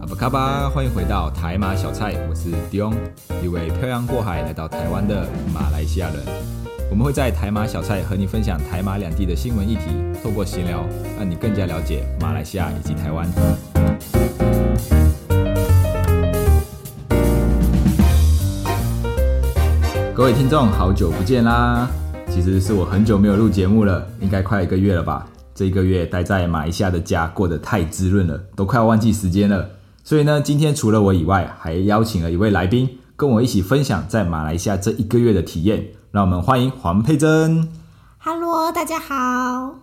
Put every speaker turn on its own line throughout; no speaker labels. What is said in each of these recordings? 阿布卡巴，欢迎回到台马小菜，我是 Dion，一位漂洋过海来到台湾的马来西亚人。我们会在台马小菜和你分享台马两地的新闻议题，透过闲聊让你更加了解马来西亚以及台湾。各位听众，好久不见啦！其实是我很久没有录节目了，应该快一个月了吧。这一个月待在马来西亚的家过得太滋润了，都快要忘记时间了。所以呢，今天除了我以外，还邀请了一位来宾，跟我一起分享在马来西亚这一个月的体验。让我们欢迎黄佩珍。
Hello，大家好，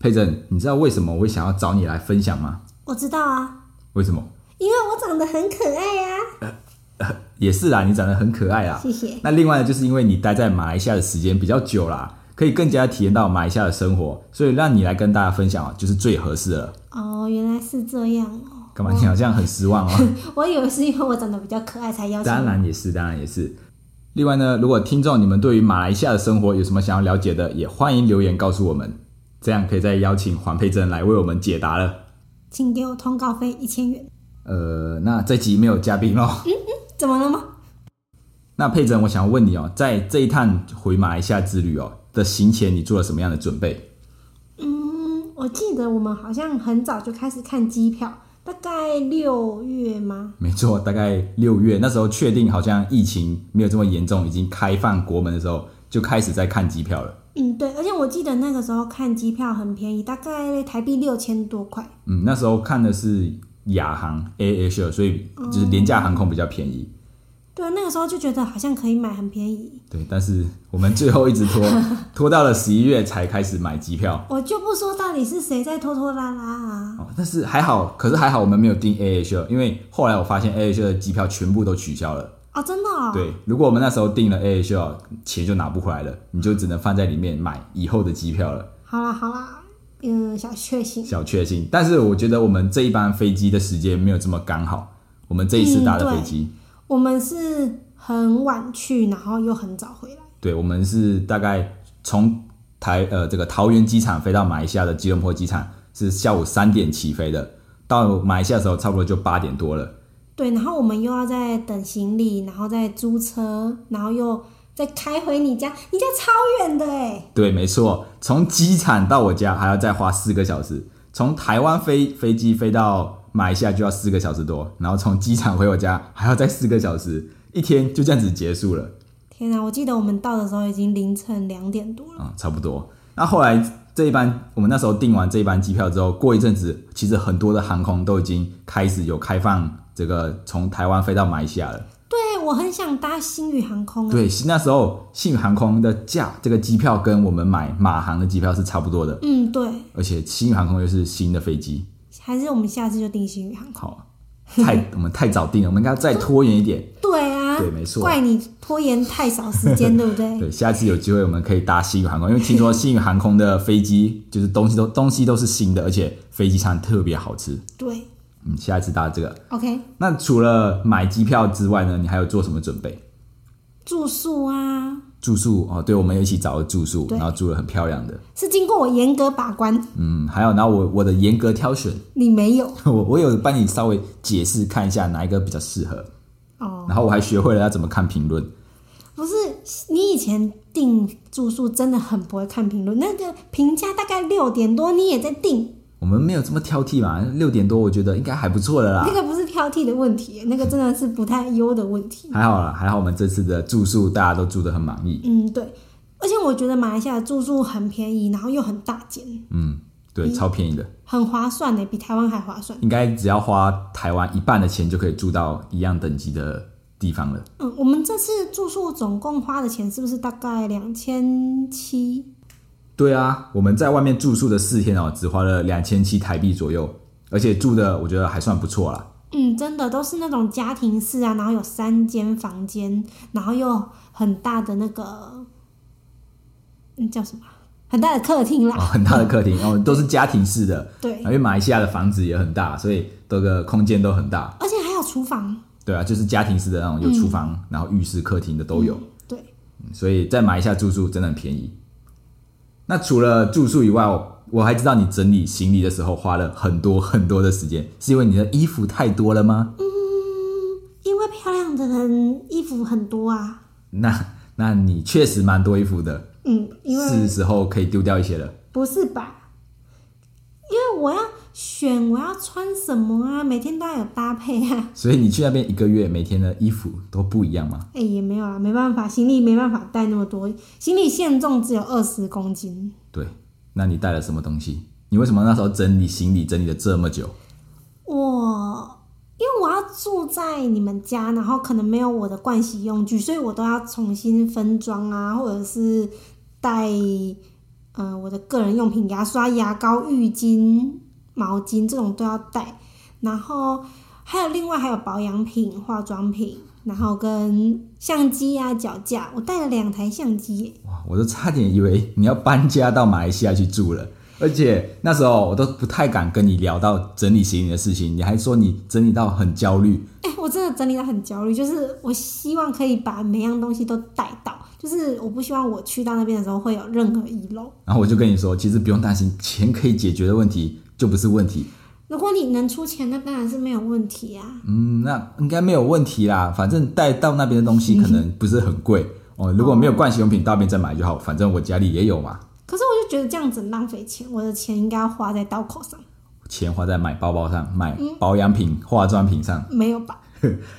佩珍，你知道为什么我会想要找你来分享吗？
我知道啊，
为什么？
因为我长得很可爱呀、啊。
也是啦，你长得很可爱啊啦。
谢谢。
那另外呢，就是因为你待在马来西亚的时间比较久啦，可以更加体验到马来西亚的生活，所以让你来跟大家分享啊，就是最合适了。
哦，原来是这样哦。
干嘛？你好像很失望哦。
我以为是因为我长得比较可爱才邀请。
当然也是，当然也是。另外呢，如果听众你们对于马来西亚的生活有什么想要了解的，也欢迎留言告诉我们，这样可以再邀请黄佩珍来为我们解答了。
请给我通告费一千元。
呃，那这集没有嘉宾喽。
怎么了吗？
那佩珍，我想问你哦，在这一趟回马来西亚之旅哦的行前，你做了什么样的准备？
嗯，我记得我们好像很早就开始看机票，大概六月吗？
没错，大概六月那时候确定好像疫情没有这么严重，已经开放国门的时候，就开始在看机票了。
嗯，对，而且我记得那个时候看机票很便宜，大概台币六千多块。
嗯，那时候看的是亚航 AAS，所以就是廉价航空比较便宜。
对啊，那个时候就觉得好像可以买，很便宜。
对，但是我们最后一直拖，拖到了十一月才开始买机票。
我就不说到底是谁在拖拖拉拉啊。
哦，但是还好，可是还好我们没有订 AHL，因为后来我发现 AHL 的机票全部都取消了。
哦，真的、哦。
对，如果我们那时候订了 AHL，钱就拿不回来了，你就只能放在里面买以后的机票了。
好啦好啦，嗯，小确幸。
小确幸，但是我觉得我们这一班飞机的时间没有这么刚好。我们这一次搭的飞机，
我们是很晚去，然后又很早回来。
对我们是大概从台呃这个桃园机场飞到马来西亚的吉隆坡机场是下午三点起飞的，到马来西亚的时候差不多就八点多了。
对，然后我们又要再等行李，然后再租车，然后又再开回你家，你家超远的哎。
对，没错，从机场到我家还要再花四个小时，从台湾飞飞机飞到马来西亚就要四个小时多，然后从机场回我家还要再四个小时，一天就这样子结束了
天哪、我记得我们到的时候已经凌晨两点多了。
啊、差不多。那后来这一班我们那时候订完这一班机票之后，过一阵子，其实很多的航空都已经开始有开放这个从台湾飞到马来西亚了。
对，我很想搭星宇航空啊。
对，那时候信宇航空的价，这个机票跟我们买马航的机票是差不多的，
嗯，对，
而且新宇航空又是新的飞机，
还是我们下次就订星宇航空。
好，太我们太早订了，我们应该再拖延一点。
对啊，
对没错
怪你拖延太少时间，对不对？
对，下次有机会我们可以搭新宇航空，因为听说新宇航空的飞机就是东西都东西都是新的，而且飞机餐特别好吃。
对
嗯，下一次搭这个。
，OK，
那除了买机票之外呢，你还有做什么准备？
住宿啊，
住宿哦，对，我们有一起找了住宿，
对
然后住了很漂亮的，
是经过我严格把关，
嗯，还有，然后我我的严格挑选，
你没有
我我有帮你稍微解释看一下哪一个比较适合，
哦。
然后我还学会了要怎么看评论，
不是，你以前订住宿真的很不会看评论，那个评价大概六点多你也在订，
我们没有这么挑剔嘛，六点多我觉得应该还不错的啦
那，个不是挑剔的问题，那个真的是不太优的问题。
还好啦，还好我们这次的住宿大家都住得很满意，
嗯，对，而且我觉得马来西亚的住宿很便宜，然后又很大间，
嗯，对，超便宜的，
很划算呢，比台湾还划算。
应该只要花台湾一半的钱就可以住到一样等级的地方了。
嗯，我们这次住宿总共花的钱是不是大概两千七？
对啊，我们在外面住宿的四天哦，只花了两千七台币左右，而且住的我觉得还算不错啦。
嗯，真的都是那种家庭式啊，然后有三间房间，然后又很大的那个，嗯，叫什么啊？很大的客厅
哦， 哎
啦。
很大的客厅，哦，都是家庭式的，
对
因，为马来西亚的房子也很大，所以这个空间都很大。
而且还有厨房。
对啊，就是家庭式的那种，有厨房，然后浴室、客厅的都有。
对，
所以在马来西亚住宿真的很便宜。那除了住宿以外，我我还知道你整理行李的时候花了很多很多的时间，是因为你的衣服太多了吗？
因为漂亮的人衣服很多啊。
那那你确实蛮多衣服的，
嗯，因为
是时候可以丢掉一些了。
不是吧？因为我要选我要穿什么啊，每天都要有搭配啊。
所以你去那边一个月，每天的衣服都不一样吗？
哎、也没有啊，没办法，行李没办法带那么多，行李限重只有二十公斤。
对，那你带了什么东西？你为什么那时候整理行李整理了这么久？
我因为我要住在你们家，然后可能没有我的盥洗用具，所以我都要重新分装啊，或者是带呃我的个人用品，牙刷、牙膏、浴巾、毛巾这种都要带，然后还有另外还有保养品、化妆品。然后跟相机啊、脚架，我带了两台相机耶，
哇，我都差点以为你要搬家到马来西亚去住了。而且那时候我都不太敢跟你聊到整理行李的事情，你还说你整理到很焦虑，
哎、我真的整理的很焦虑，就是我希望可以把每样东西都带到，就是我不希望我去到那边的时候会有任何遗漏。
然后我就跟你说，其实不用担心，钱可以解决的问题就不是问题。
如果你能出钱，那当然是没有问题啊。
嗯，那应该没有问题啦，反正带到那边的东西可能不是很贵哦。如果没有盥洗用品，到那边再买就好，反正我家里也有嘛，
可是我就觉得这样子很浪费钱，我的钱应该要花在刀口上，
钱花在买包包上、买保养品、化妆品上。
没有吧？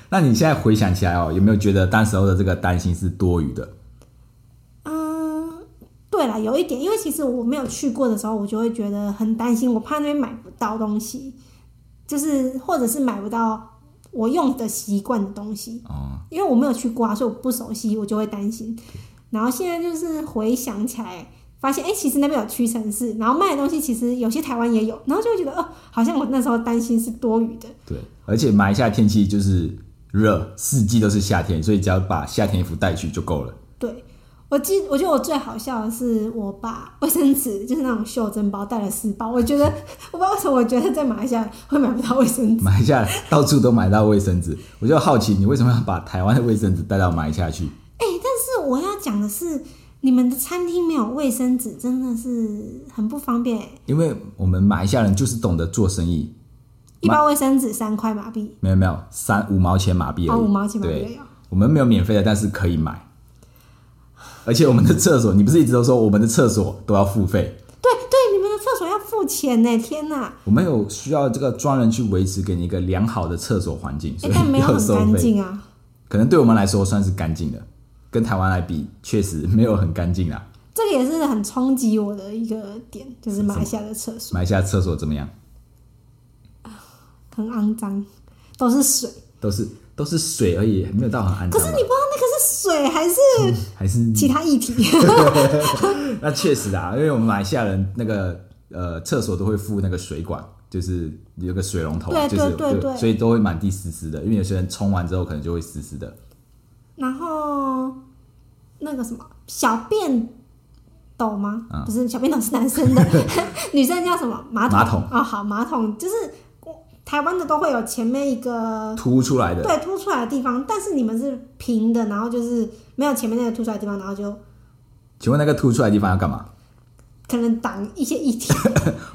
那你现在回想起来哦，有没有觉得当时候的这个担心是多余的？
嗯，对了，有一点，因为其实我没有去过的时候，我就会觉得很担心，我怕那边买不到东西，就是或者是买不到我用的习惯的东西。
哦，
因为我没有去过啊，所以我不熟悉，我就会担心。然后现在就是回想起来，发现哎、诶其实那边有屈臣氏，然后卖的东西其实有些台湾也有，然后就会觉得哦、好像我那时候担心是多余的。
对，而且马来西亚天气就是热，四季都是夏天，所以只要把夏天衣服带去就够了。
对我记，我觉得我最好笑的是，我把 卫生纸就是那种袖珍包带了四包，我觉得 我不知道为什么，我觉得在马来西亚会买不到卫 生纸。
马来西亚到处都买到卫生纸，我就好奇你为什么要把台湾的卫生纸带到马来西亚去？
哎、但是我要讲的是，你们的餐厅没有卫生纸，真的是很不方便、欸。
因为我们马来西亚人就是懂得做生意，
一包卫生纸三块马币，
没有没有三五毛钱马币而已，
哦，五毛钱马币而已
对
哦，
我们没有免费的，但是可以买。而且我们的厕所，你不是一直都说我们的厕所都要付费？
对对，你们的厕所要付钱呢！天哪，
我们有需要这个专人去维持给你一个良好的厕所环境，所
哎、
以
但没有
要
很
收
干
费。
净啊，
可能对我们来说算是干净的，跟台湾来比，确实没有很干净啦。
这个也是很冲击我的一个点，就是马来西亚的厕所
马来西亚厕所怎么样？
很肮脏，都是水。
都是都是水而已，没有到很肮
可
脏
是
吧。
你不知道那个是水还是
还是
其他液体，
那确实啊，因为我们马来西亚人那个呃厕所都会附那个水管，就是有个水龙头，啊
对啊
就是
对对对
所以都会满地湿湿的。因为有些人冲完之后可能就会湿湿的。
然后那个什么小便斗吗？
嗯
不是，小便斗是男生 的，女生叫什么马桶？
马桶
哦，好，马桶就是台湾的都会有前面一个
凸出来的，
对凸出来的地方，但是你们是平的，然后就是没有前面那个凸出来的地方，然后就
请问那个凸出来的地方要干嘛？
可能挡一些液 体。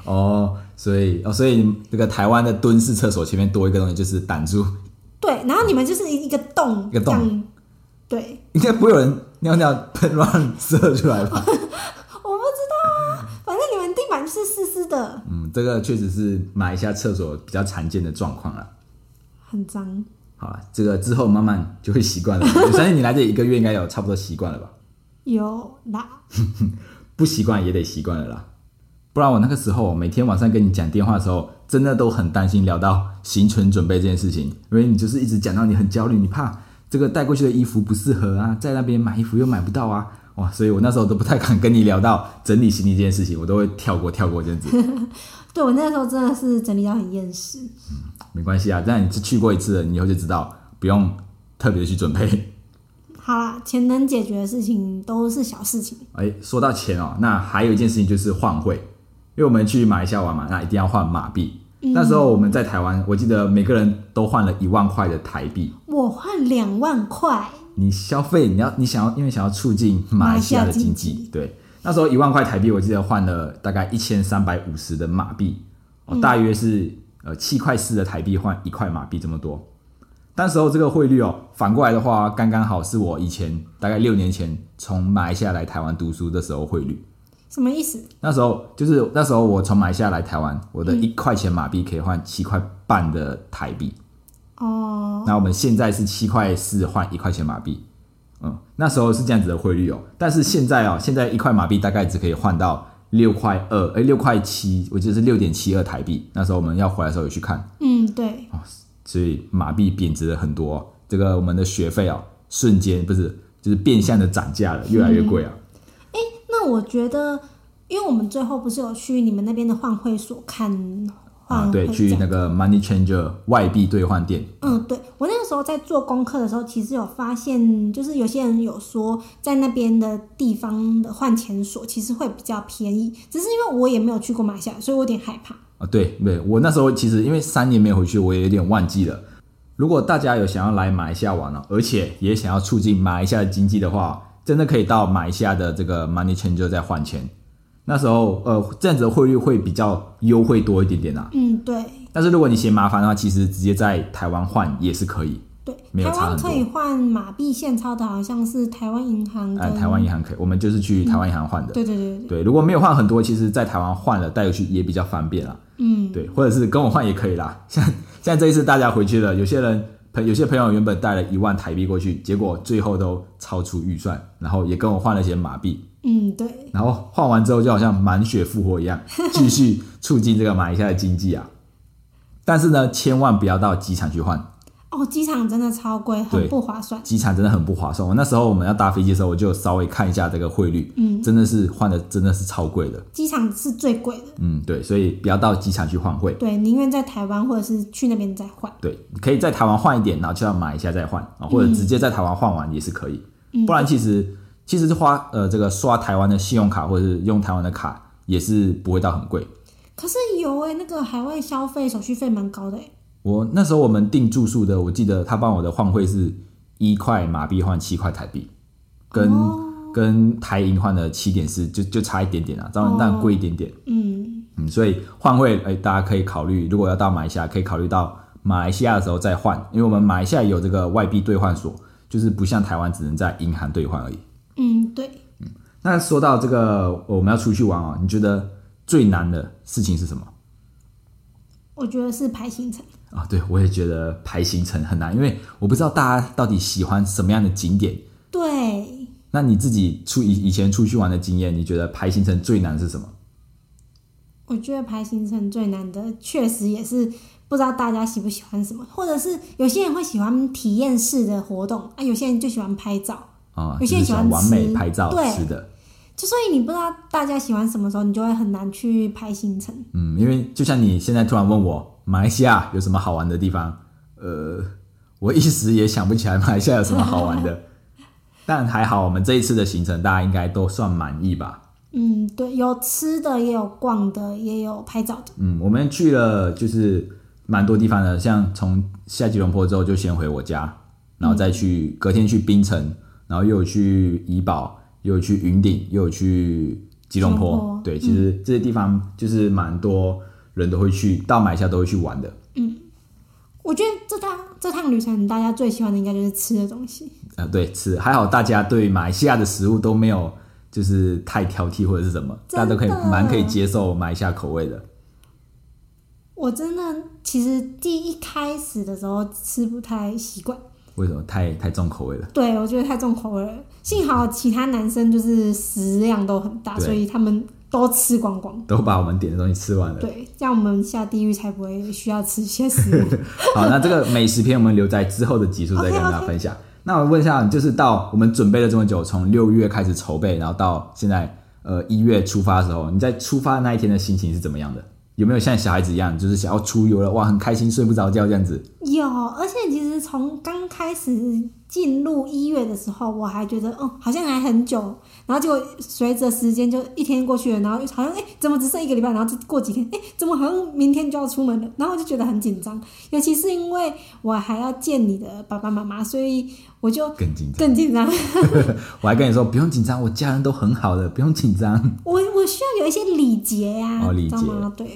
哦，所以哦，所以这个台湾的蹲式厕所前面多一个东西，就是挡住，
对，然后你们就是一个洞，
一个洞
这样。对，
应该不会有人尿尿喷乱射出来 吧？
我不知道啊，反正你们地板就是湿湿的，
嗯，这个确实是马来西亚厕所比较常见的状况了。
很脏。
好了，这个之后慢慢就会习惯了。我相信你来这一个月应该有差不多习惯了吧？
有啦，
不习惯也得习惯了啦。不然我那个时候每天晚上跟你讲电话的时候，真的都很担心聊到行程准备这件事情，因为你就是一直讲到你很焦虑，你怕这个带过去的衣服不适合啊，在那边买衣服又买不到啊，哇，所以我那时候都不太敢跟你聊到整理行李这件事情，我都会跳过跳过这样子。
对我那时候真的是整理到很厌世。
没关系啊，这样你去过一次了，你以后就知道不用特别去准备。
好啦，钱能解决的事情都是小事情。
哎，说到钱哦，那还有一件事情就是换汇，因为我们去马来西亚玩嘛，那一定要换马币。
嗯
那时候我们在台湾，我记得每个人都换了一万块的台币。
我换两万块，
你消费，你要你想要，因为想要促进马来西亚的经济，
马来西亚经济
对，那时候一万块台币，我记得换了大概一千三百五十的马币，
嗯
哦，大约是呃七块四的台币换一块马币这么多。当时候这个汇率哦，反过来的话，刚刚好是我以前大概六年前从马来西亚来台湾读书的时候汇率。
什么意思？
那时候就是那时候我从马来西亚来台湾，我的一块钱马币可以换七块半的台币。
哦，
那我们现在是七块四换一块钱马币，嗯，那时候是这样子的汇率哦。但是现在哦，现在一块马币大概只可以换到六块二，哎，六块七，我记得是六点七二台币。那时候我们要回来的时候有去看，
嗯，对，
所以马币贬值了很多哦、这个我们的学费哦，瞬间不是就是变相的涨价了，越来越贵啊。
那我觉得，因为我们最后不是有去你们那边的换汇所看换
啊，
汇
对，
这
去
样、
那个 Money Changer 外币兑换店，
嗯，对我那个时候在做功课的时候，其实有发现，就是有些人有说，在那边的地方的换钱所其实会比较便宜，只是因为我也没有去过马来西亚，所以我有点害怕。
啊，对对，我那时候其实因为三年没有回去，我也有点忘记了。如果大家有想要来马来西亚玩哦，而且也想要促进马来西亚的经济的话，真的可以到马来西亚的这个 Money Changer 再换钱。那时候呃，这样子的汇率会比较优惠多一点点啊。
嗯，对
但是如果你嫌麻烦的话，其实直接在台湾换也是可以。
对，
没有
台
差
湾
很多
可以换马币现钞的，好像是台湾银行
呃，
跟
台湾银行可以，我们就是去台湾银行换的。
对对对嗯对，
对，如果没有换很多，其实在台湾换了带回去也比较方便啊啦。
嗯，
对，或者是跟我换也可以啦。 像像这一次大家回去了，有些人朋有些朋友原本带了一万台币过去，结果最后都超出预算，然后也跟我换了些马币，
嗯，对，
然后换完之后就好像满血复活一样，继续促进这个马来西亚的经济啊。但是呢，千万不要到机场去换，
哦，机场真的超贵，
对
很不划算。
机场真的很不划算。我那时候我们要搭飞机的时候，我就稍微看一下这个汇率，嗯，真的是换的真的是超贵的，
机场是最贵的，
嗯，对，所以不要到机场去换汇。
对，宁愿在台湾或者是去那边再换。
对，可以在台湾换一点，然后去到马来西亚再换啊，或者直接在台湾换完也是可以。不然其实其实是花呃这个刷台湾的信用卡或者是用台湾的卡也是不会到很贵。
可是有哎、那个海外消费手续费蛮高的哎、
我那时候我们订住宿的，我记得他帮我的换汇是一块马币换七块台币，跟、跟台银换了七点四，就就差一点点啊，当然但贵一点点。
嗯，
嗯，所以换汇，哎，大家可以考虑，如果要到马来西亚，可以考虑到马来西亚的时候再换，因为我们马来西亚有这个外币兑换所，就是不像台湾只能在银行兑换而已。
嗯，对，
那说到这个，我们要出去玩哦，你觉得最难的事情是什么
我觉得是排行程。
啊？对我也觉得排行程很难，因为我不知道大家到底喜欢什么样的景点。
对，
那你自己出以以前出去玩的经验，你觉得排行程最难是什么？
我觉得排行程最难的，确实也是不知道大家喜不喜欢什么，或者是有些人会喜欢体验式的活动啊，有些人就喜欢拍照，
啊、就
有些
是
人
喜
喜
欢
欢
完美
吃
拍照
对
吃的。
就所以你不知道大家喜欢什么时候，你就会很难去排行程。
嗯，因为就像你现在突然问我马来西亚有什么好玩的地方，呃，我一时也想不起来马来西亚有什么好玩的。但还好，我们这一次的行程大家应该都算满意吧？
嗯，对，有吃的，也有逛的，也有拍照的。
嗯，我们去了就是蛮多地方的，像从下吉隆坡之后就先回我家，然后再
嗯
去、隔天去槟城，然后又有去怡保，又有去云顶，又有去吉隆坡。
吉隆坡嗯
对，其实这些地方就是蛮多人都会去，到马来西亚都会去玩的。
我觉得这趟这趟旅程，大家最喜欢的应该就是吃的东西。
啊，对，吃还好，大家对马来西亚的食物都没有就是太挑剔或者是什么，大家都可以
真的
蛮可以接受马来西亚口味的。
我真的其实第一开始的时候吃不太习惯，
为什么太太重口味了？
对我觉得太重口味了。幸好其他男生就是食量都很大，
对
所以他们都吃光光。
都把我们点的东西吃完了。
对，这样我们下地狱才不会需要吃一些食物。
好，那这个美食篇我们留在之后的集数再跟
OK，OK
大家分享。那我问一下，就是到我们准备了这么久，从六月开始筹备，然后到现在呃一月出发的时候，你在出发那一天的心情是怎么样的？有没有像小孩子一样，就是想要出游了，哇，很开心，睡不着觉这样子？
有，而且其实从刚开始进入一月的时候，我还觉得哦、好像还很久，然后结果随着时间就一天过去了，然后好像哎、怎么只剩一个礼拜，然后就过几天，哎、怎么好像明天就要出门了，然后我就觉得很紧张，尤其是因为我还要见你的爸爸妈妈，所以我就
更紧张。
更紧张。
我还跟你说不用紧张，我家人都很好的，不用紧张。
我我需要有一些礼节呀、
哦礼
知道
节
吗？对，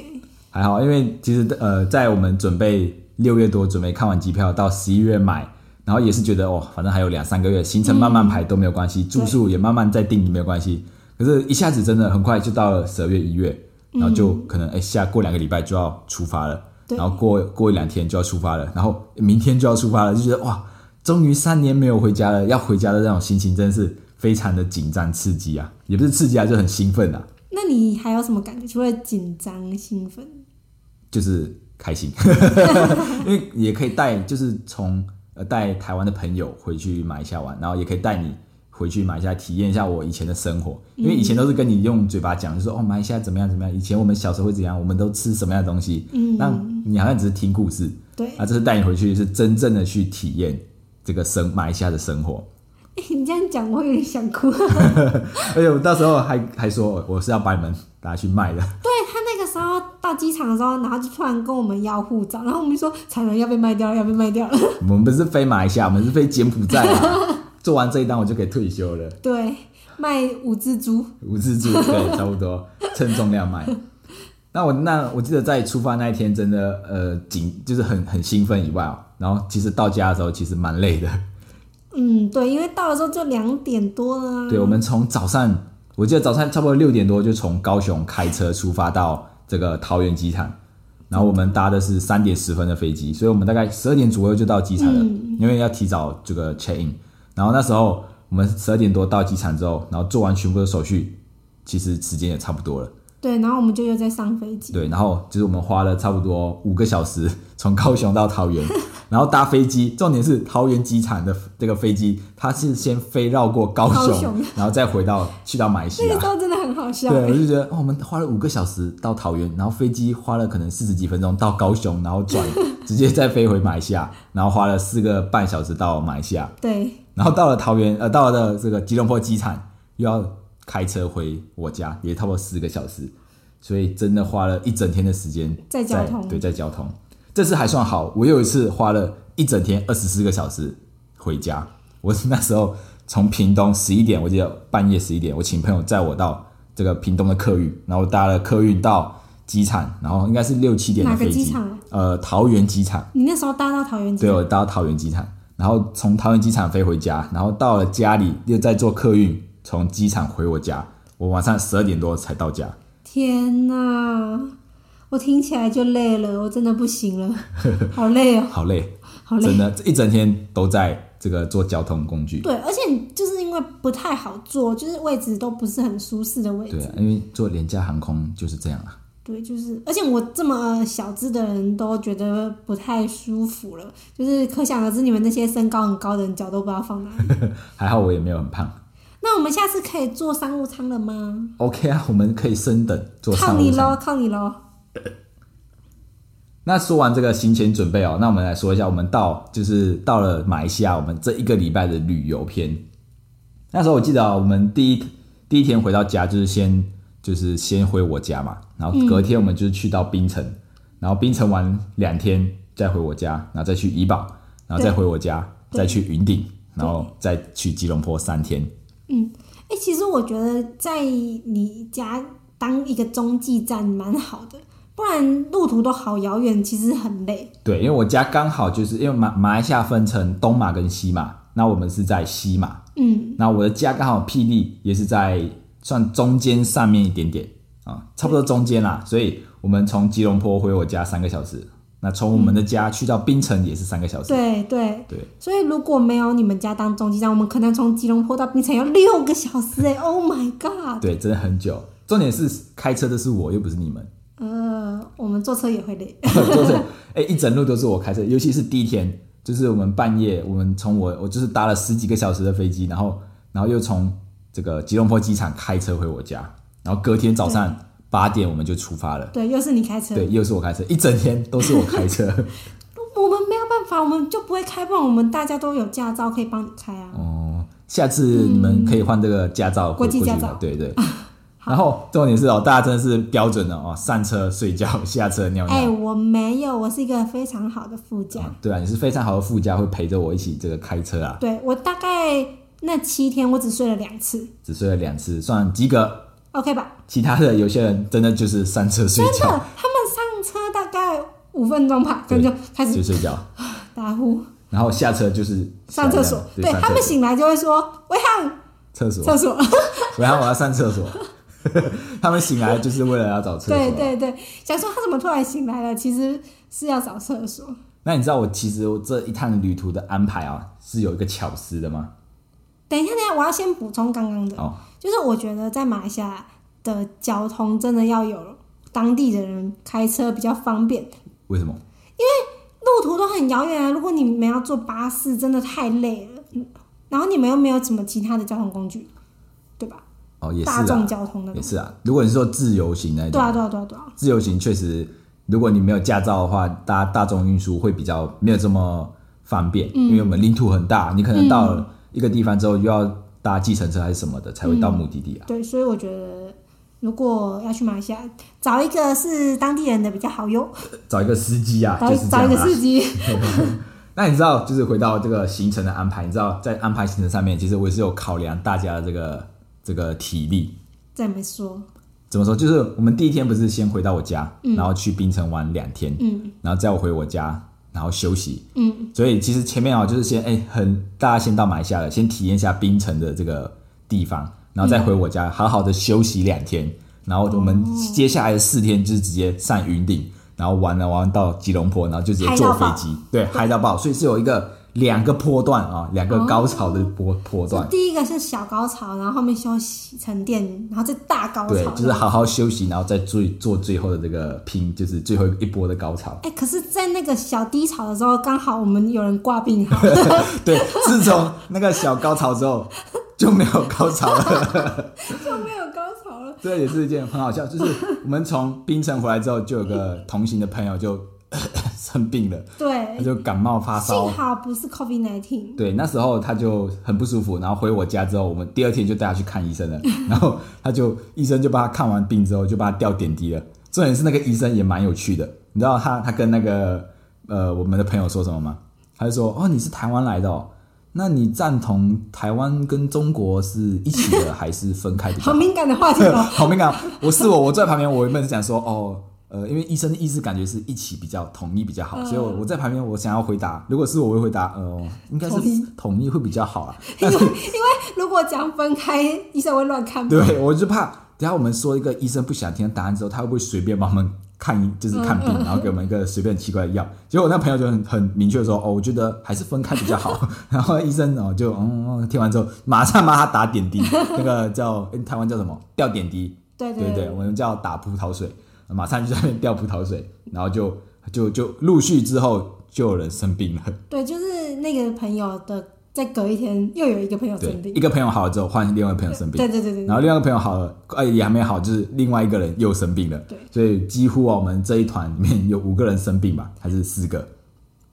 还好，因为其实呃，在我们准备六月多准备看完机票到十一月买，然后也是觉得哦，反正还有两三个月，行程慢慢排都没有关系，住宿也慢慢再定没有关系。可是，一下子真的很快就到了十二月、一月，然后就可能哎、下过两个礼拜就要出发了，
对
然后过过一两天就要出发了，然后明天就要出发了，就觉得哇，终于三年没有回家了，要回家的那种心情真的是非常的紧张刺激啊，也不是刺激啊，就很兴奋啊，
那你还有什么感觉？除了紧张、兴奋，
就是开 心，因为也可以带，就是从呃带台湾的朋友回去马来西亚玩，然后也可以带你回去马来西亚体验一下我以前的生活，
嗯
因为以前都是跟你用嘴巴讲，就说哦马来西亚怎么样怎么样，以前我们小时候会怎样，我们都吃什么样的东西，
嗯
那你好像只是听故事，
对，
啊，这次带你回去是真正的去体验这个生马来西亚的生活，
你这样讲我有点想哭。
而且我到时候还还说我是要把你们拿去卖的，
对哎他那个时候到机场的时候，然后就突然跟我们要护照，然后我们就说产人要被卖掉了，要被卖掉了。
我们不是飞马来西亚，我们是飞柬埔寨、啊，做完这一单我就可以退休了。
对，卖五只猪。
无自助，对，差不多称重量卖。那我那我记得在出发那一天，真的呃紧，就是很很兴奋以外哦，然后其实到家的时候其实蛮累的。
嗯，对，因为到的时候就两点多了啊。
对，我们从早上，我记得早上差不多六点多就从高雄开车出发到这个桃园机场，然后我们搭的是三点十分的飞机，所以我们大概十二点左右就到机场了，因为要提早这个 check in。然后那时候我们十二点多到机场之后，然后做完全部的手续，其实时间也差不多了。
对，然后我们就又在上飞机。
对，然后就是我们花了差不多五个小时从高雄到桃园，然后搭飞机，重点是桃园机场的这个飞机，它是先飞绕过高雄，
高雄
然后再回到去到马来西
那
亚
个时。候真的很好笑。
对，我就觉得、哦、我们花了五个小时到桃园，然后飞机花了可能四十几分钟到高雄，然后转 直接再飞回马来西亚，然后花了四个半小时到马来西亚，
对，
然后到了桃园呃到了这个吉隆坡机场又要开车回我家，也差不多四个小时，所以真的花了一整天的时间
在交通
对，在交通。这次还算好，我有一次花了一整天二十四个小时回家。我是那时候从屏东十一点，我记得半夜十一点，我请朋友载我到这个屏东的客运，然后搭了客运到机场，然后应该是六七点的
哪个
飞机，
机场啊
呃，桃园机场。
你那时候搭到桃园机
对，
场。
我到桃园机场，然后从桃园机场飞回家，然后到了家里又再坐客运从机场回我家，我晚上十二点多才到家。
天哪，我听起来就累了，我真的不行 了，好累哦，
好累，
好累
真。的，这一整天都在这个坐交通工具。
对，而且就是因为不太好坐，就是位置都不是很舒适的位置
对。啊，因为坐廉价航空就是这样啊。
对，就是，而且我这么小只的人都觉得不太舒服了，就是可想而知，你们那些身高很高的人脚都不知道放哪里。
还好我也没有很胖。
那我们下次可以坐商务舱了吗？
OK 啊，我们可以升等坐
靠
商务
你
舱。
喽，靠你喽！
那说完这个行前准备哦，那我们来说一下，我们到就是到了马来西亚，我们这一个礼拜的旅游篇。那时候我记得、哦、我们第一第一天回到家，就是先就是先回我家嘛，然后隔天我们就是去到槟城，然后槟城玩两天，再回我家，然后再去怡保，然后再回我家，再去云顶，然后再去吉隆坡三天。
哎、其实我觉得在你家当一个中继站蛮好的，不然路途都好遥远，其实很累。
对，因为我家刚好就是因为马马来西亚分成东马跟西马，那我们是在西马，
嗯，
那我的家刚好霹雳也是在算中间上面一点点啊，差不多中间啦，所以我们从吉隆坡回我家三个小时，那从我们的家去到槟城也是三个小时，
对对。
对，
所以如果没有你们家当中继站，我们可能从吉隆坡到槟城要六个小时哎、o h my god！
对，真的很久。重点是开车的是我，又不是你们，
呃，我们坐车也会累。
就是哎、一整路都是我开车，尤其是第一天，就是我们半夜，我们从我我就是搭了十几个小时的飞机，然后然后又从这个吉隆坡机场开车回我家，然后隔天早上八点我们就出发了。
对，又是你开车，
对，又是我开车，一整天都是我开车。
我们没有办法，我们就不会开，不然我们大家都有驾照可以帮你开啊。
哦，下次你们可以换这个驾照，
嗯国际驾
去
照
吧对 对。然后重点是哦，大家真的是标准的哦，上车睡觉，下车尿尿。
哎、我没有，我是一个非常好的副驾。
啊对啊，你是非常好的副驾，会陪着我一起这个开车啊，
对我大概那七天，我只睡了两次
只睡了两次，算及格。
，OK 吧？
其他的有些人真的就是上车睡
真的，他
觉，
们上车大概五分钟吧，可能就开
就
始
睡觉，
打呼、
然后下车就是啊
上厕所。
对
对
上
他们
厕所哦
醒来就会说：“喂汉，
厕所，
厕所。
然后我要上厕所。他们醒来就是为了要找”厕所。
对对对，想说他怎么突然醒来了，其实是要找厕所。
那你知道我其实我这一趟旅途的安排啊，是有一个巧思的吗？
等一下，等一下，我要先补充刚刚的，
哦，
就是我觉得在马来西亚的交通真的要有当地的人开车比较方便，
为什么？
路途都很遥远啊。如果你们要坐巴士，真的太累了，嗯然后你们又没有什么其他的交通工具，对吧？
哦，也是
大众
啊，
交通那
也
种。
是啊。如果你说自由行那一
对
种，
啊，对啊，对啊，对啊，
自由行确实，如果你没有驾照的话，搭大众运输会比较没有这么方便，
嗯
因为我们领土很大，你可能到了一个地方之后，又要搭计程车还是什么的才会到目的地啊。
对，所以我觉得如果要去马来西亚，找一个是当地人的比较好哟，
找一个司机啊，
嗯找
就
一
是这
找一
样
个
啊。
司机。
那你知道，就是回到这个行程的安排，你知道在安排行程上面，其实我也是有考量大家的这个这个体力。
再没说，
怎么说？就是我们第一天不是先回到我家，然后去槟城玩两天，
嗯
然后再我回我家，然后休息。
嗯，
所以其实前面啊、就是先哎、很大家先到马来西亚了，先体验一下槟城的这个地方，然后再回我家，好好的休息两天。然后我们接下来的四天就是直接上云顶，然后玩了啊玩到吉隆坡，然后就直接坐飞机，对，嗨到爆。所以是有一个两个波段啊，两个高潮的波、波
就
段。
第一个是小高潮，然后后面休息沉淀，然后再大高
对
潮，。
就是好好休息，然后再最做最后的这个拼，就是最后一波的高潮。
哎、可是，在那个小低潮的时候，刚好我们有人挂 病号，
对， 自从那个小高潮之后就没有高潮了，
就没有高潮了。
这也是一件很好笑。就是我们从槟城回来之后，就有个同行的朋友就 生病了，
对
他，就感冒发烧
幸。好不是 COVID nineteen。
对，那时候他就很不舒服，然后回我家之后，我们第二天就带他去看医生了。然后他就医生就帮他看完病之后，就帮他吊点滴了。重点是那个医生也蛮有趣的，你知道他他跟那个呃我们的朋友说什么吗？他就说：“哦，你是台湾来的哦，那你赞同台湾跟中国是一起的还是分开比较
好
好
敏感的话题哦、
好敏感，我是我，我坐在旁边，我原本是想说，哦，呃，因为医生的意思感觉是一起比较统一比较好，
嗯
所以我我在旁边，我想要回答，如果是我，我会回答，呃，应该是
统一
统一会比较好啊。
因为因为如果讲分开，医生会乱看。
对，我就怕等下我们说一个医生不想听的答案之后，他会不会随便帮我们看一就是看
嗯
病，然后给我们一个随便奇怪的药？结果我那朋友就很很明确地说，哦，我觉得还是分开比较 好。然后医生哦就嗯听完之后，马上帮他打点滴，那个叫、诶台湾叫什么吊点滴。
对
对
对
对，我们叫打葡萄水，马上就在那边掉葡萄水，然后就就就陆续之后就有人生病了。
对就是那个朋友的，再隔一天又有一个朋友
对
生，病
一。个朋友好了之后，换另外一个朋友生病
对，对对对
然
对，
后另外一个朋友好了，哎也还没好，就是另外一个人又生病了
对。
所以几乎啊，我们这一团里面有五个人生病吧，还是四个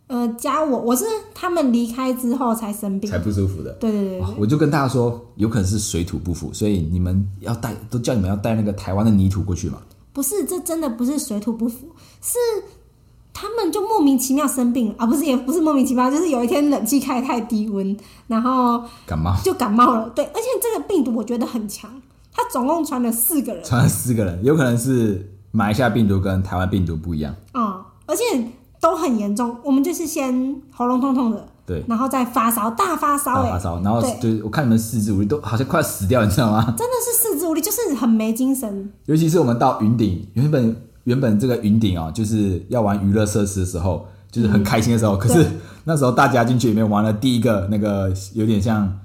呃，加我，我是他们离开之后才生病
才。不舒服的。
对对对
哇
对，
我就跟大家说，有可能是水土不服，所以你们要带，都叫你们要带那个台湾的泥土过去嘛。
不是，这真的不是水土不服，是他们就莫名其妙生病了啊，不是，也不是莫名其妙，就是有一天冷气开太低温，然后
感冒
就感冒了。对，而且这个病毒我觉得很强，它总共传了四个人
传了四个人，有可能是马来西亚病毒跟台湾病毒不一样。
啊、而且都很严重。我们就是先喉咙痛痛的，
对，
然后再发烧，大发烧、
大
欸，
发烧，然后
对
就是我看你们四肢无力，都好像快要死掉，你知道吗？
真的是四肢无力，就是很没精神。
尤其是我们到云顶，原本原本这个云顶哦，就是要玩娱乐设施的时候，就是
嗯
很开心的时候，可是那时候大家进去里面玩了第一个那个有点像。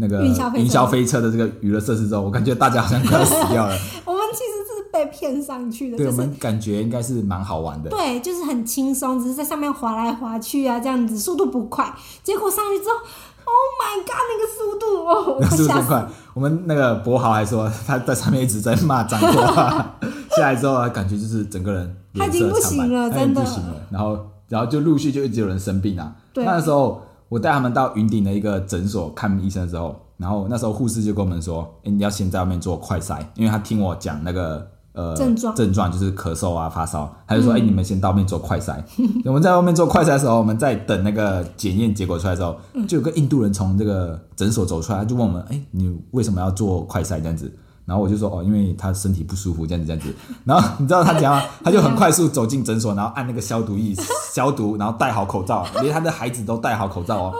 那个
云霄飞车
云霄飞车的这个娱乐设施之后，我感觉大家好像快要死掉了。
我们其实是被骗上去的，
对
就
我
是
们感觉应该是蛮好玩的。
对，就是很轻松，只是在上面滑来滑去啊，这样子速度不快。结果上去之后，Oh my god，那个速度哦， 我
是不是
吓
真
死！
快？我们那个博豪还说 他在上面一直在骂脏话， 下来之后啊，感觉就是整个人脸色
他已经不行了
苍白他已经
真的
不行了。然后，然后就陆续就一直有人生病啊。
对
那时候我带他们到云顶的一个诊所看医生的时候，然后那时候护士就跟我们说：“哎、你要先在外面做快筛，因为他听我讲那个。”呃，
症状
症状就是咳嗽啊、发烧，他就说：“哎、你们先到外面做快筛。”我们在外面做快筛的时候，我们在等那个检验结果出来的时候，就有个印度人从这个诊所走出来，他就问我们：“哎、你为什么要做快筛这样子？”然后我就说：“哦，因为他身体不舒服，这样子这样子。”然后你知道他讲吗？他就很快速走进诊所，然后按那个消毒液消毒，然后戴好口罩，连他的孩子都戴好口罩哦。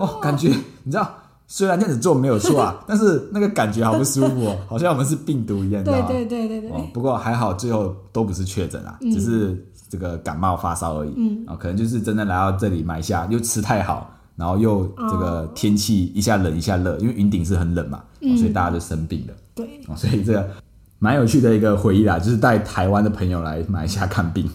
哦，感觉你知道，虽然这样子做没有错啊，但是那个感觉好不舒服哦，好像我们是病毒一样，你知道
对
吗？
对对对对，
哦，不过还好，最后都不是确诊啊，只是这个感冒发烧而已。
嗯，
哦，可能就是真的来到这里买下，又吃太好，然后又这个天气一下冷一下热，因为云顶是很冷嘛，哦所以大家就生病了。
对，
哦，所以这个蛮有趣的一个回忆啦，就是带台湾的朋友来马来西亚看病。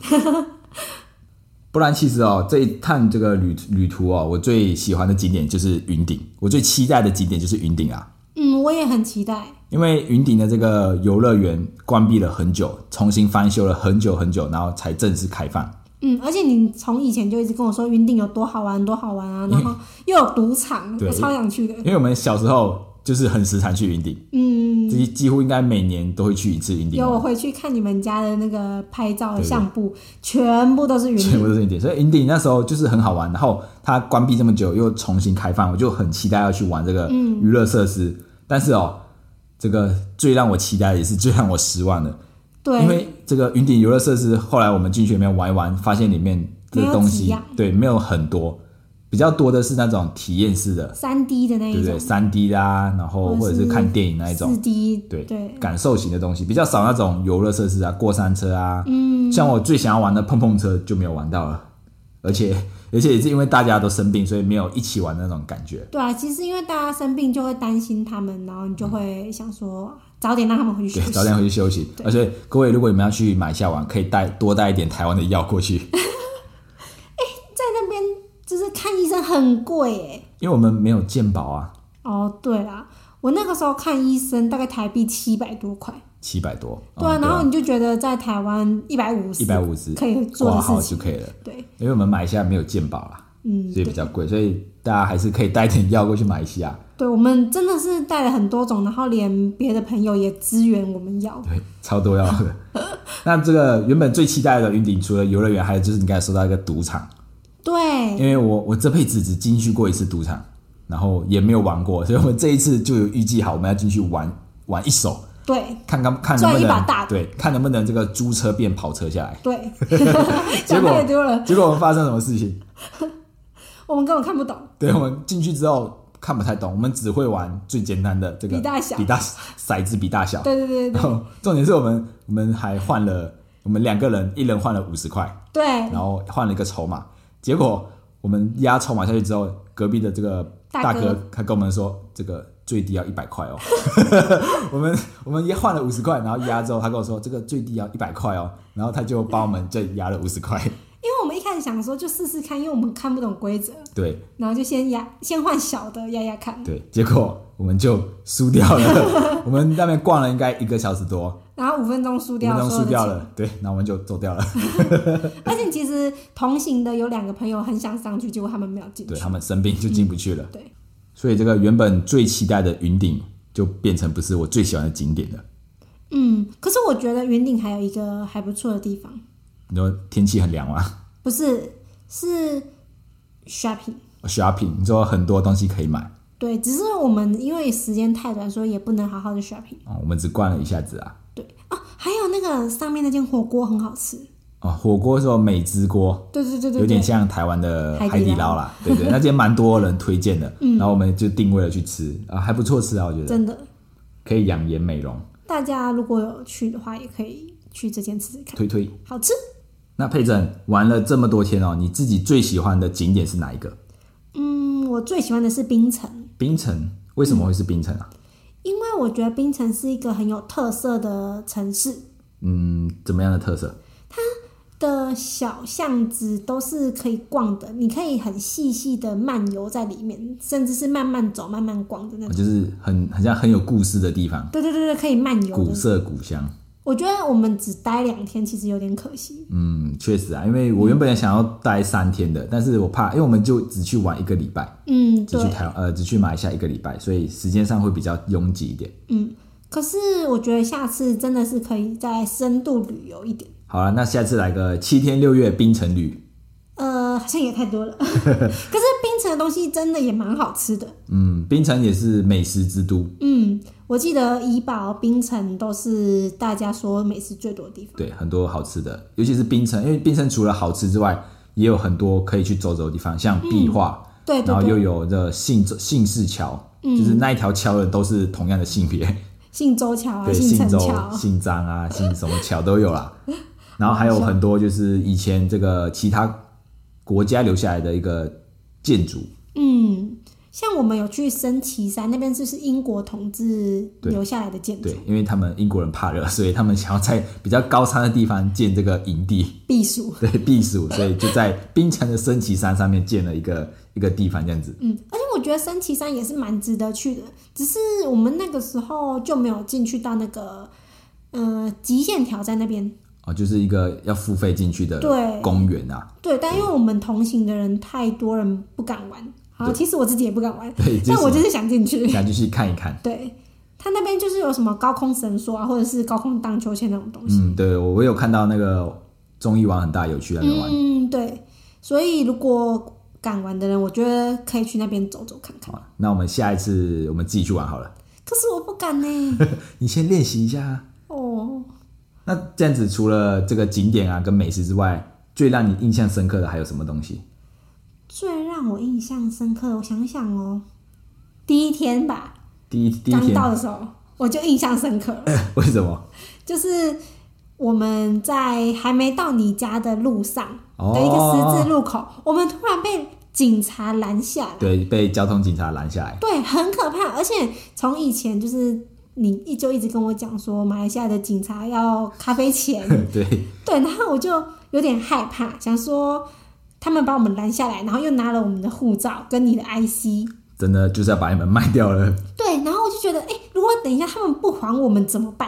不然其实哦，这一趟这个旅旅途哦，我最喜欢的景点就是云顶，我最期待的景点就是云顶啊。
嗯，我也很期待。
因为云顶的这个游乐园关闭了很久，重新翻修了很久很久，然后才正式开放。
嗯，而且你从以前就一直跟我说云顶有多好玩，多好玩啊，然后又有赌场，
对
我超想去的。
因为我们小时候就是很时常去云顶，
嗯，
几几乎应该每年都会去一次云顶
有我
玩，
回去看你们家的那个拍照的
对对
相簿，全部都是云
全部
顶。
都是云顶。所以云顶那时候就是很好玩，然后它关闭这么久又重新开放，我就很期待要去玩这个
嗯
娱乐设施。但是哦，这个最让我期待的也是最让我失望的，因
对，
为这个云顶游乐设施，后来我们进去里面玩一玩，发现里面的东
没有几
西
样，
对，没有很多，比较多的是那种体验式的，
三 D 的
对
那一
不对？
种，
三 D 啦，然后或者是看电影那一
四
种，
D，
对
对，
感受型的东西比较少。那种游乐设施啊，过山车啊，嗯，像我最想要玩的碰碰车就没有玩到了，而且而且也是因为大家都生病，所以没有一起玩的那种感觉。
对啊，其实因为大家生病就会担心他们，然后你就会想说啊早点让他们回去
对
休，息。
早点回去休息。而且各位，如果你们要去马来西亚玩，可以带多带一点台湾的药过 去。
在那边就是看医生很贵耶。
因为我们没有健保啊，
哦，对啦，我那个时候看医生大概台币七百多块，
七百多，
对啊，
嗯
然后你就觉得在台湾一百五十，
一百五十
可以做
挂
的
号
事
就
情，
可以了，
对，
因为我们马来西亚没有健保啦，
嗯，
所以比较贵，所以大家还是可以带点药过去马来西亚。
对，我们真的是带了很多种，然后连别的朋友也支援我们要。
对，超多药的。 那这个原本最期待的云顶，除了游乐园，还有就是你刚才说到一个赌场，
对，
因为我我这辈子只进去过一次赌场，然后也没有玩过，所以我们这一次就有预计好，我们要进去玩玩一手，
对，
看看看能不
赚一把
能
大
对，看能不能这个租车变跑车下来。
对，
结
讲
果
太多了，
结果我们发生什么事情？
我们根本看不懂。
对，我们进去之后看不太懂，我们只会玩最简单的这个
比大小
比大骰子比大小。
对对对对
然后重点是我们我们还换了，我们两个人一人换了五十块，
对，
然后换了一个筹码。结果我们压筹码下去之后，隔壁的这个
大
大
哥
哥他跟我们说，这个最低要一百块哦。 我们我们也换了五十块，然后压之后，他跟我说这个最低要一百块哦，然后他就帮我们再压了五十块。
因为我们一开始想说就试试看，因为我们看不懂规则，
对，
然后就先压，先换小的压压看，
对，结果我们就输掉 了。我们那边逛了应该一个小时多，
然后五分钟输
五分
掉
钟输
所有的
掉
钱。
了，对，那我们就走 掉了。
而且其实同行的有两个朋友很想上去，结果他们没有进
对
去。
他们生病就进不去了，
对，
所以这个原本最期待的云顶就变成不是我最喜欢的景点了。
嗯，可是我觉得云顶还有一个还不错的地方，
你说天气很凉吗
不是是 shopping。
？shopping，你说很多东西可以买
对，只是我们因为时间太短，所以也不能好好的 shopping。
哦，我们只逛了一下子啊。
对哦，还有那个上面那间火锅很好吃。
哦，火锅是美滋锅，
对对对对
有点
对，
像台湾的
海底
海底捞
捞嗯
啦，对 对，那间蛮多人推荐的，然后我们就定位了去吃啊，还不错吃啊，我觉得
真的，
可以养颜美容，
大家如果有去的话，也可以去这间吃吃看，
推推。
好吃。
那佩珍玩了这么多天哦，你自己最喜欢的景点是哪一个？
嗯，我最喜欢的是冰城，
冰城为什么会是冰城啊？
因为我觉得冰城是一个很有特色的城市。
嗯，怎么样的特色？
的小巷子都是可以逛的，你可以很细细的漫游在里面，甚至是慢慢走、慢慢逛的那
哦
种。
就是很很像很有故事的地方，
对对对对，可以漫游
古
的。
色古香。
我觉得我们只待两天，其实有点可惜。
嗯，确实啊，因为我原本也想要待三天的，但是我怕，因为我们就只去玩一个礼拜，
嗯，
只
对
去，台呃只去马来西亚一个礼拜，所以时间上会比较拥挤一点。
嗯。可是我觉得下次真的是可以再深度旅游一点。
好了，那下次来个七天六夜冰城旅。
呃，好像也太多了。 可是冰城的东西真的也蛮好吃的。
嗯，冰城也是美食之都，
嗯，我记得怡保、冰城都是大家说美食最多的地方。
对，很多好吃的，尤其是冰城，因为冰城除了好吃之外，也有很多可以去走走的地方，像壁画，
嗯对嗯
然后
对
又
对，
有这姓姓氏桥，就是那一条桥的都是同样的性别，
信州桥啊，
对，
信
姓
城
周、
桥，
姓张啊、姓什么桥都有 啦。然后还有很多就是以前这个其他国家留下来的一个建筑，
嗯，像我们有去升旗山那边，就是英国统治
对
留下来的建筑
对，因为他们英国人怕热，所以他们想要在比较高山的地方建这个营地。
避暑。
对避暑，所以就在冰城的升旗山上面建了一个一个地方，这样子。
嗯，而且我觉得升旗山也是蛮值得去的，只是我们那个时候就没有进去到那个，呃，极限挑战那边。
哦，就是一个要付费进去的
对
公园啊，
对，但因为我们同行的人太多人不敢玩，好，
对
其实我自己也不敢玩，
对，就
但我就是是想进去。
想进去看一看。
对，他那边就是有什么高空绳索啊，或者是高空荡秋千那种东西。
嗯，对我我有看到那个综艺网很大，有去那边玩。
嗯，对，所以如果敢玩的人，我觉得可以去那边走走看看。
好，哦那我们下一次我们自己去玩好了。
可是我不敢呢、
你先练习一下啊。
哦，
那这样子，除了这个景点啊跟美食之外，最让你印象深刻的还有什么东西？
最让我印象深刻，我想想哦，第一天吧，
第一第一
刚
天
到的时候我就印象深 刻了，
为什么？
就是我们在还没到你家的路上的一个十字路口，我们突然被警察拦下来。
对，被交通警察拦下来。
对，很可怕。而且从以前就是你一就一直跟我讲说，马来西亚的警察要咖啡钱，
对，
对，然后我就有点害怕，想说他们把我们拦下来，然后又拿了我们的护照跟你的 IC，
真的就是要把你们卖掉了。
对，然后我就觉得，哎、如果等一下他们不还我们怎么办？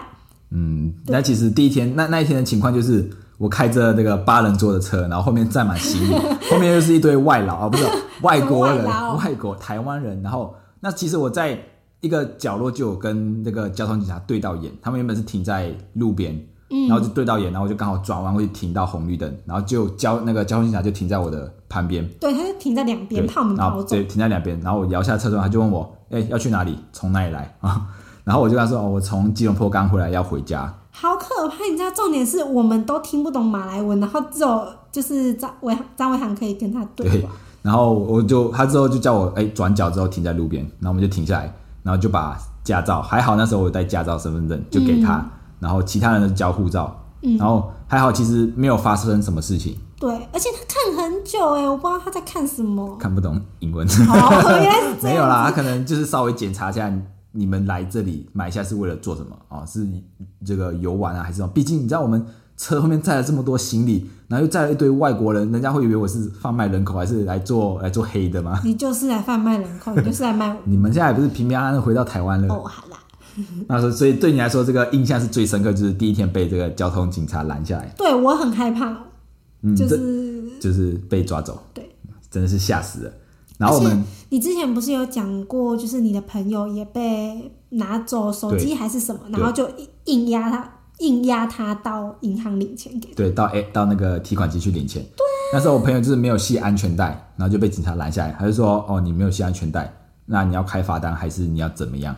嗯，那其实第一天那那一天的情况就是，我开着这个八人座的车，然后后面载满行 李，后面又是一堆外劳啊，不是外国人，
外劳
外国台湾人。然后那其实我在一个角落就有跟那个交通警察对到眼，他们原本是停在路边，
嗯
然后就对到眼，然后我就刚好转弯会停到红绿灯，然后就交那个交通警察就停在我的旁边，
对，他就停在两边，
对，
怕我们
然
跑
后
走。
对，停在两边，然后我摇下车窗，他就问我，哎、要去哪里？从哪里来啊？然后 我就跟他说，哦，我从吉隆坡刚回来，要回家。
好可怕！你知道，重点是我们都听不懂马来文，然后只有就是张伟张伟航可以跟他对
对
话。
然后我就他之后就叫我，哎、转角之后停在路边，然后我们就停下来，然后就把驾照，还好那时候我有带驾照、身份证，就给他，然后其他人都交护照，
嗯
然后还好其实没有发生什么事情，
对，而且他看很久哎、我不知道他在看什么。
看不懂英文。
哦，原来是这
没
样。
有啦，他可能就是稍微检查一下你们来这里买下是为了做什么啊、哦？是这个游玩啊，还是什么？毕竟你知道我们车后面载了这么多行李，然后又载了一堆外国人，人家会以为我是贩卖人口，还是来做来做黑的吗？
你就是来贩卖人口，你就是来卖 我。
你们现在不是平平安安的回到台湾了？
哦，好啦，
那时候，所以对你来说，这个印象是最深刻，就是第一天被这个交通警察拦下来，
对我很害怕，
嗯，
就
这
是
就是被抓走，
对。
真的是吓死了。然后我
而
们
且你之前不是有讲过，就是你的朋友也被拿走手机还是什么，
对
然后就硬压他，硬压他到银行领钱给。
对，到哎到那个提款机去领钱。对、
啊
那时候我朋友就是没有系安全带，然后就被警察拦下来，他就说：“哦，你没有系安全带，那你要开罚单还是你要怎么样？”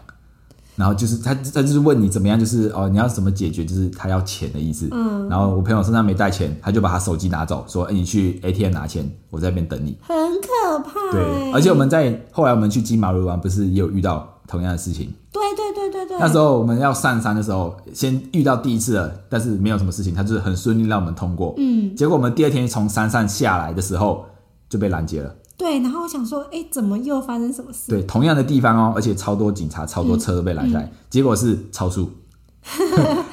然后就是他他就是问你怎么样，就是哦你要怎么解决，就是他要钱的意思。嗯。然后我朋友身上没带钱，他就把他手机拿走，说：“哎，你去 ATM 拿钱，我在那边等你。
很可怕、
对
欸。，
而且我们在后来我们去金马路玩，不是也有遇到同样的事情。
对对对对对，
那时候我们要上山的时候，先遇到第一次了，但是没有什么事情，他就是很顺利让我们通过。
嗯，
结果我们第二天从山上下来的时候就被拦截了。
对，然后我想说，哎、怎么又发生什么事？嗯
对，同样的地方哦，而且超多警察、超多车都被拦下来。结果是超速，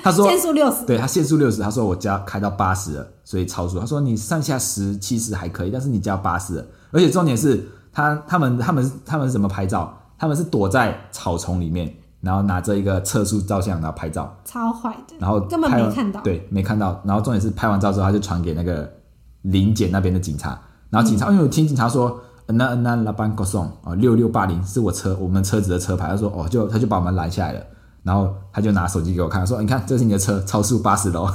他说
限速六十，
对他限速六十，他说我家开到八十了，所以超速。他说你上下十七十还可以，但是你加八十了，而且重点是他他们他们他们是怎么拍照？他们是躲在草丛里面，然后拿着一个测速照相，然后拍照，
超坏的，
然后
根本
拍
没
完
看到。
对，没看到。然后重点是拍完照之后，他就传给那个临检那边的警察，然后警察、因为我听警察说。嗯那嗯那拉班高送啊，六六八零是我车我们车子的车牌。他说哦，就他就把我们拦下来了，然后他就拿手机给我看，说你看这是你的车，超速八十 喽。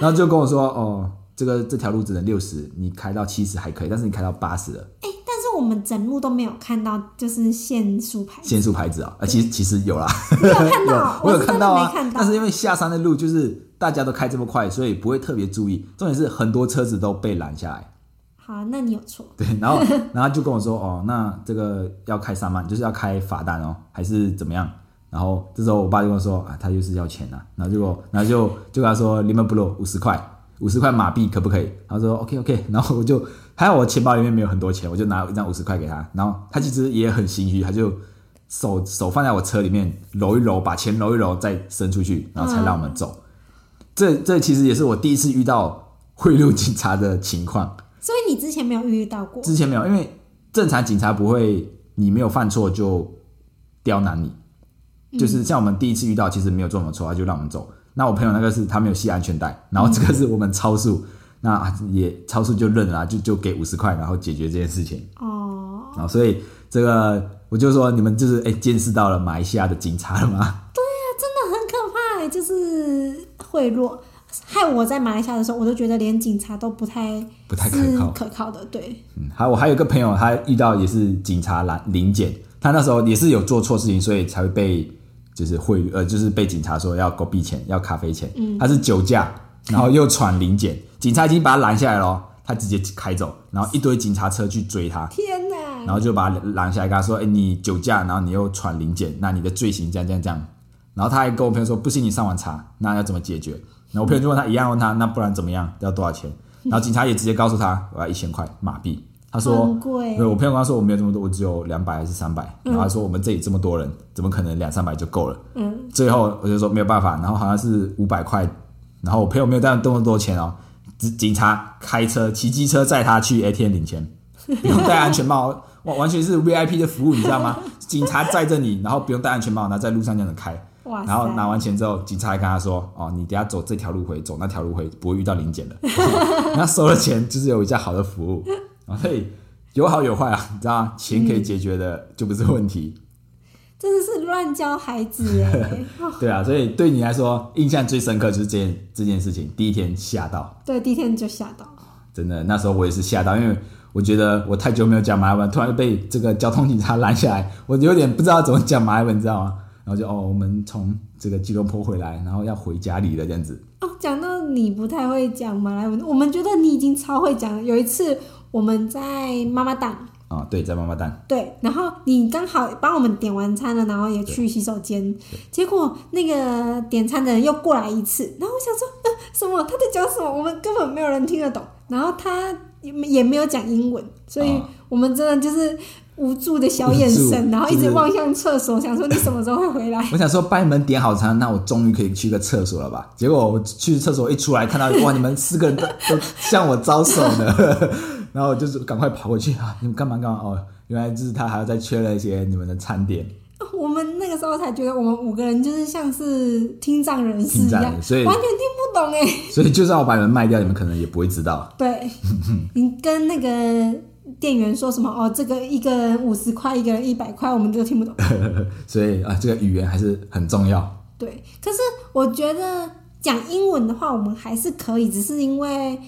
然后就跟我说哦，这个这条路只能六十，你开到七十还可以，但是你开到八十了，
哎、但是我们整路都没有看到，就是限速牌，
限速牌子啊、呃其实其实有啦，
没有看到，
我有
是
看
真
到
的
啊
没看，到。
但是因为下山的路就是大家都开这么快，所以不会特别注意。重点是很多车子都被拦下来，
好，那你有错，
对，然后然后他就跟我说，哦，那这个要开三万，就是要开罚单哦，还是怎么样？然后这时候我爸就跟我说，啊，他又是要钱呐、啊，然后结果然后就就跟他说，你们不落五十块，五十块马币可不可以？他说 OK OK，然 后我就还好我钱包里面没有很多钱，我就拿一张五十块给他，然后他其实也很心虚，他就。手手放在我车里面揉一揉，把钱揉一揉，再伸出去，然后才让我们走。这这其实也是我第一次遇到贿赂警察的情况。
所以你之前没有遇到过。
之前没有，因为正常警察不会，你没有犯错就刁难你，就是像我们第一次遇到，其实没有做什么错，他就让我们走。那我朋友那个是他没有系安全带，然后这个是我们超速，那啊也超速就认了啊，就就给五十块，然后解决这件事情。
哦，
然后所以这个我就说你们就是哎见识到了马来西亚的警察了吗？
真的很可怕欸，就是贿赂，害我在马来西亚的时候，我都觉得连警察都不太
不太可
是
靠
可靠的。对，
嗯，还有我还有一个朋友，他遇到也是警察拦临检，他那时候也是有做错事情，所以才会被就是贿呃，就是被警察说要狗币钱，要咖啡钱。他是酒驾，然后又闯临检，警察已经把他拦下来了哦，他直接开走，然后一堆警察车去追他，
天哪！
然后就把他拦下来，跟他说：“哎，你酒驾，然后你又闯临检，那你的罪行这样这样这样。”然后他还跟我朋友说：“不信你上网查，那要怎么解决？”然后我朋友就问他一样问他：“那不然怎么样？要多少钱？”然后警察也直接告诉他：“我要一千块马币。”他说
很：“贵
对我朋友跟他说我没有这么多，我只有两百还是三百。”然后他说：“我们这里这么多人，怎么可能两三百就够了？”
嗯，
最后我就说没有办法，然后好像是五百块，然后我朋友没有带那么多钱哦，只警察开车骑机车载他去 ATM 领钱，不用戴安全帽，哇，完全是 VIP 的服务，你知道吗？警察载着你，然后不用戴安全帽，然后在路上这样子开，
哇
然后拿
塞，
完钱之后，警察还跟他说：“哦，你等下走这条路回，走那条路回，不会遇到临检的。” 然后收了钱，就是有一家好的服务，啊，所以有好有坏啊，你知道吗？钱可以解决的就不是问题。
嗯真的是乱教孩子哎。哦
对啊，所以对你来说，印象最深刻就是这件这件事情。第一天吓到，
对，第一天就吓到。
真的，那时候我也是吓到，因为我觉得我太久没有讲马来文，突然就被这个交通警察拦下来，我有点不知道怎么讲马来文，你知道吗？然后就哦，我们从这个吉隆坡回来，然后要回家里了，这样子。
哦，讲到你不太会讲马来文，我们觉得你已经超会讲了。有一次我们在妈妈档，
啊、对，在妈妈蛋，
对，然后你刚好帮我们点完餐了，然后也去洗手间，结果那个点餐的人又过来一次，然后我想说，呃，什么？他在讲什么？我们根本没有人听得懂，然后他也没也没有讲英文，所以
啊
我们真的就是无助的小眼
无
神，
助
然后一
就
直
是
望向厕所，想说你什么时候会回来？
我想说帮你们点好餐，那我终于可以去个厕所了吧？结果我去厕所一出来，看到哇，你们四个人都 都向我招手呢， 然后我就是赶快跑过去啊，你们干嘛干嘛？哦，原来就是他还要再缺了一些你们的餐点，
我们那个时候才觉得，我们五个人就是像是听障人士一
听障
样，
人所以
完全听不懂哎。
所以就算我把你们卖掉，你们可能也不会知道。
对，你跟那个店员说什么？哦，这个一个人五十块，一个人一百块，我们就听不懂。
所以啊，这个语言还是很重要。
对，可是我觉得讲英文的话，我们还是可以，只是因为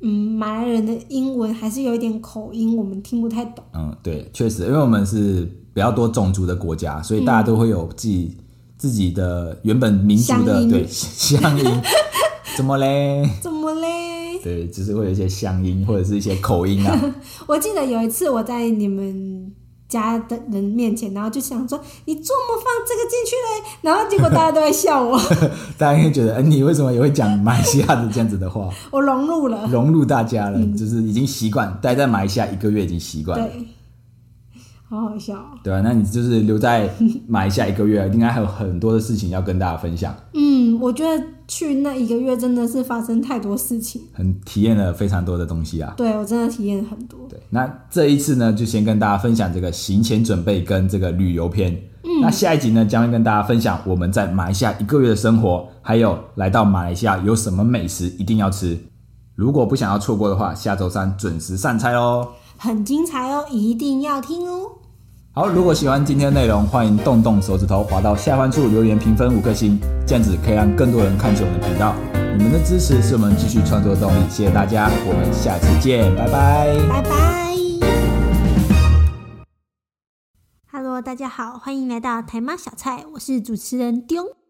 嗯，马来人的英文还是有一点口音，我们听不太懂。
嗯，对，确实，因为我们是比较多种族的国家，所以大家都会有自己、自己的原本民族
乡
的
音
对乡音，怎么嘞？
怎么嘞？
对，就是会有一些乡音或者是一些口音啊。
我记得有一次我在你们家的人面前，然后就想说你做么放这个进去嘞？然后结果大家都在笑我，
大家会觉得，哎、你为什么也会讲马来西亚的这样子的话，
我融入了。
融入大家了，就是已经习惯待在马来西亚一个月，已经习惯了。
对，好好笑哦、
对啊，那你就是留在马来西亚一个月，应该还有很多的事情要跟大家分享，
嗯，我觉得去那一个月真的是发生太多事情，
很体验了非常多的东西啊。
对我真的体验很多。
对，那这一次呢，就先跟大家分享这个行前准备跟这个旅游篇。嗯，那下一集呢，将会跟大家分享我们在马来西亚一个月的生活，还有来到马来西亚有什么美食一定要吃。如果不想要错过的话，下周三准时上菜哦。
很精彩哦，一定要听哦！
好，如果喜欢今天的内容，欢迎动动手指头滑到下方处留言评分五颗星，这样子可以让更多人看见我们的频道。你们的支持是我们继续创作的动力，谢谢大家，我们下次见，拜拜。
拜拜。Hello，大家好，欢迎来到台妈小菜，我是主持人丢。